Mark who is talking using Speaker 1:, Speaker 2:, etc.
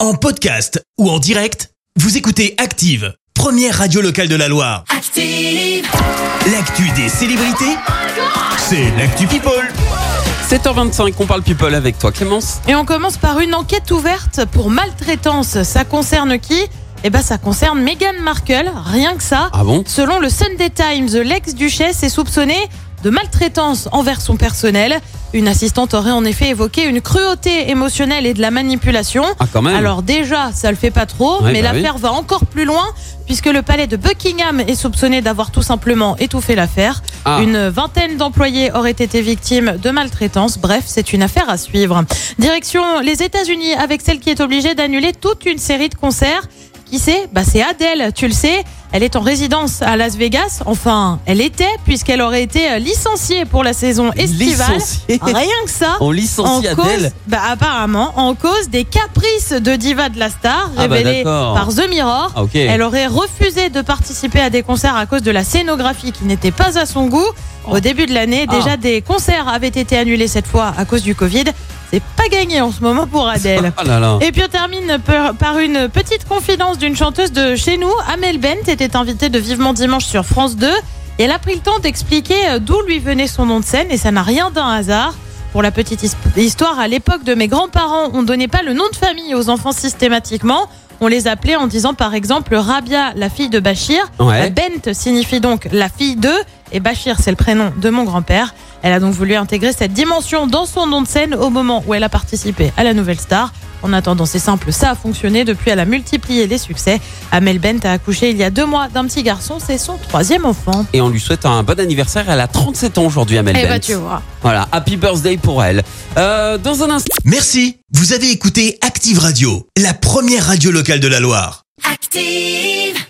Speaker 1: En podcast ou en direct, vous écoutez Active, première radio locale de la Loire.
Speaker 2: Active,
Speaker 1: L'actu des célébrités, c'est l'actu People.
Speaker 3: 7h25, on parle people avec toi Clémence.
Speaker 4: Et on commence par une enquête ouverte pour maltraitance. Ça concerne qui Eh ben, ça concerne Meghan Markle, rien que ça.
Speaker 3: Ah bon
Speaker 4: Selon le Sunday Times, l'ex-duchesse est soupçonnée de maltraitance envers son personnel. Une assistante aurait en effet évoqué une cruauté émotionnelle et de la manipulation.
Speaker 3: Ah quand même
Speaker 4: Alors déjà, ça le fait pas trop,
Speaker 3: Ouais,
Speaker 4: mais
Speaker 3: bah
Speaker 4: l'affaire va encore plus loin puisque le palais de Buckingham est soupçonné d'avoir tout simplement étouffé l'affaire.
Speaker 3: Ah.
Speaker 4: Une vingtaine d'employés auraient été victimes de maltraitance. Bref, c'est une affaire à suivre. Direction les États-Unis avec celle qui est obligée d'annuler toute une série de concerts. Qui c'est Bah c'est Adèle, tu le sais. Elle est en résidence à Las Vegas. Enfin, elle était puisqu'elle aurait été licenciée pour la saison estivale.
Speaker 3: Licencié.
Speaker 4: Rien que ça.
Speaker 3: On licencie
Speaker 4: En
Speaker 3: Adèle.
Speaker 4: cause, bah, apparemment, en cause des caprices de diva de la star
Speaker 3: Ah bah,
Speaker 4: révélés
Speaker 3: d'accord.
Speaker 4: par The Mirror.
Speaker 3: Ah ok.
Speaker 4: Elle aurait refusé de participer à des concerts à cause de la scénographie qui n'était pas à son goût. Au début de l'année,
Speaker 3: Ah.
Speaker 4: déjà des concerts avaient été annulés cette fois à cause du Covid. C'est pas gagné en ce moment pour Adèle.
Speaker 3: Ah là là.
Speaker 4: Et puis on termine par par une petite confidence d'une chanteuse de chez nous. Amel Bent était invitée de Vivement Dimanche sur France 2 et elle a pris le temps d'expliquer euh, d'où lui venait son nom de scène et ça n'a rien d'un hasard. Pour la petite his- histoire, à l'époque de mes grands-parents, on donnait pas le nom de famille aux enfants systématiquement. On les appelait en disant par exemple Rabia, la fille de Bachir.
Speaker 3: Ouais.
Speaker 4: Bent signifie donc la fille de et Bachir, c'est le prénom de mon grand-père. Elle a donc voulu intégrer cette dimension dans son nom de scène au moment où elle a participé à la Nouvelle Star. En attendant, c'est simple, ça a fonctionné. Depuis, elle a multiplié les succès. Amel Bent a accouché il y a deux mois d'un petit garçon. C'est son troisième enfant.
Speaker 3: Et on lui souhaite un bon anniversaire. Elle a 37 ans aujourd'hui, Amel
Speaker 4: Eh
Speaker 3: Bent.
Speaker 4: bah, tu vois.
Speaker 3: Voilà, happy birthday pour elle. Euh, dans un instant.
Speaker 1: Merci, vous avez écouté Active Radio, la première radio locale de la Loire.
Speaker 2: active.